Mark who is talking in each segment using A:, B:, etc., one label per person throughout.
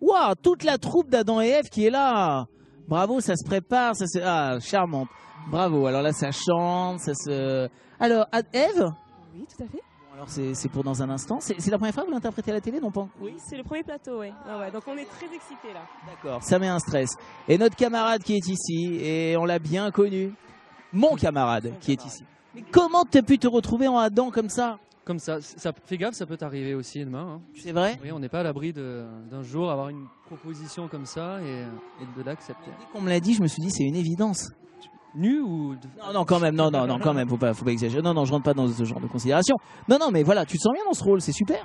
A: Waouh, toute la troupe d'Adam et Ève qui est là. Bravo, ça se prépare, ça se... Ah, charmante. Bravo, alors là, ça chante, ça se... Alors, Ad- Ève
B: Oui, tout à fait.
A: Bon, Alors, c'est c'est pour dans un instant. C'est c'est la première fois que vous l'interprétez à la télé, non pas en-
B: Oui, c'est le premier plateau, ouais. Ah ouais, Donc on est très excités là.
A: D'accord, ça met un stress. Et notre camarade qui est ici, et on l'a bien connu, mon camarade qui est ici. Mais comment t'as pu te retrouver en Adam comme ça
C: Comme ça, c- ça, fais gaffe, ça peut t'arriver aussi demain. hein.
A: C'est vrai
C: Oui, on n'est pas à l'abri de- d'un jour avoir une proposition comme ça et, et de l'accepter.
A: Dès qu'on me l'a dit, je me suis dit, c'est une évidence.
C: Nu ou de-
A: Non, non, quand même, non, non, non, quand même, faut pas, faut pas exagérer. Non, non, je rentre pas dans ce genre de considération. Non, non, mais voilà, tu te sens bien dans ce rôle, c'est super.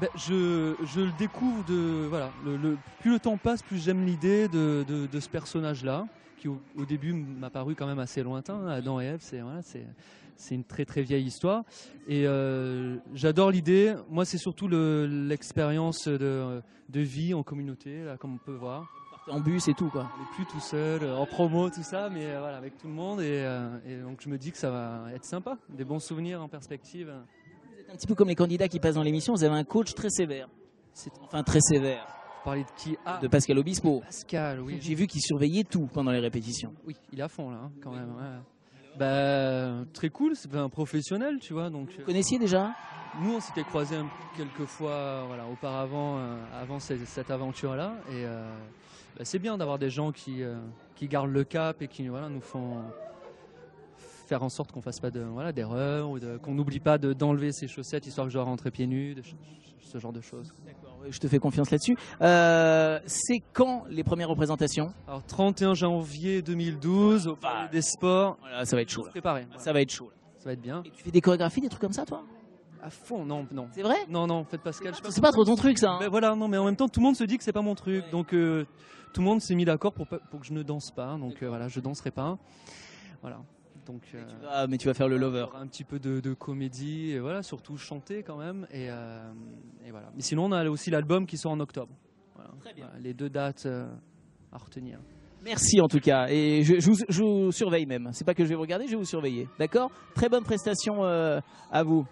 C: Ben, je, je le découvre de voilà. Le, le- plus le temps passe, plus j'aime l'idée de, de- de ce personnage-là, qui au, au début m'a paru quand même assez lointain. hein. Adam et Ève, c'est voilà, c'est c'est une très très vieille histoire. Et euh, j'adore l'idée. Moi, c'est surtout le- l'expérience de, de vie en communauté, là, comme on peut voir.
A: En bus et tout, quoi.
C: On n'est plus tout seul, euh, en promo, tout ça, mais euh, voilà, avec tout le monde. Et, euh, et donc je me dis que ça va être sympa, des bons souvenirs en perspective.
A: Vous êtes un petit peu comme les candidats qui passent dans l'émission, vous avez un coach très sévère. C'est enfin très sévère.
C: Parler de qui Ah,
A: De Pascal Obispo.
C: Pascal, oui.
A: J'ai vu qu'il surveillait tout pendant les répétitions.
C: Oui, il est à fond là, hein, quand même. ouais. Bah, très cool, c'est un professionnel, tu vois. Donc,
A: Vous
C: euh,
A: connaissiez déjà
C: nous, on s'était croisés un- quelques fois euh, voilà, auparavant, euh, avant cette, cette aventure-là. Et euh, bah, c'est bien d'avoir des gens qui, euh, qui gardent le cap et qui voilà, nous font faire en sorte qu'on fasse pas de voilà d'erreurs ou de- qu'on n'oublie pas de- d'enlever ses chaussettes histoire que je rentre pieds nus, de ch- ce genre de choses.
A: Je te fais confiance là-dessus. Euh, c'est quand les premières représentations
C: Alors 31 janvier 2012 au Palais des Sports,
A: Voilà, ça va être chaud. là.
C: préparé. voilà.
A: Ça va être chaud. là.
C: Ça va être bien.
A: Et tu fais des chorégraphies, des trucs comme ça, toi
C: À fond, non, non.
A: C'est vrai
C: Non, non, faites Pascal. Je
A: C'est pas trop ton truc, ça. hein
C: Ben voilà, non, mais en même temps, tout le monde se dit que c'est pas mon truc.
A: Ouais.
C: Donc, euh, tout le monde s'est mis d'accord pour, pas- pour que je ne danse pas. Donc, euh, voilà, je danserai pas. Voilà. Donc, euh,
A: Tu vas- Ah, mais tu vas faire le
C: il y
A: lover.
C: aura un petit peu de, de comédie, et voilà, surtout chanter quand même. Et, euh, et voilà. Mais sinon, on a aussi l'album qui sort en octobre. Voilà. Voilà, les deux dates euh, à retenir.
A: Merci en tout cas. Et je, je vous, je vous surveille même. C'est pas que je vais vous regarder, je vais vous surveiller. D'accord Très bonne prestation euh, à vous.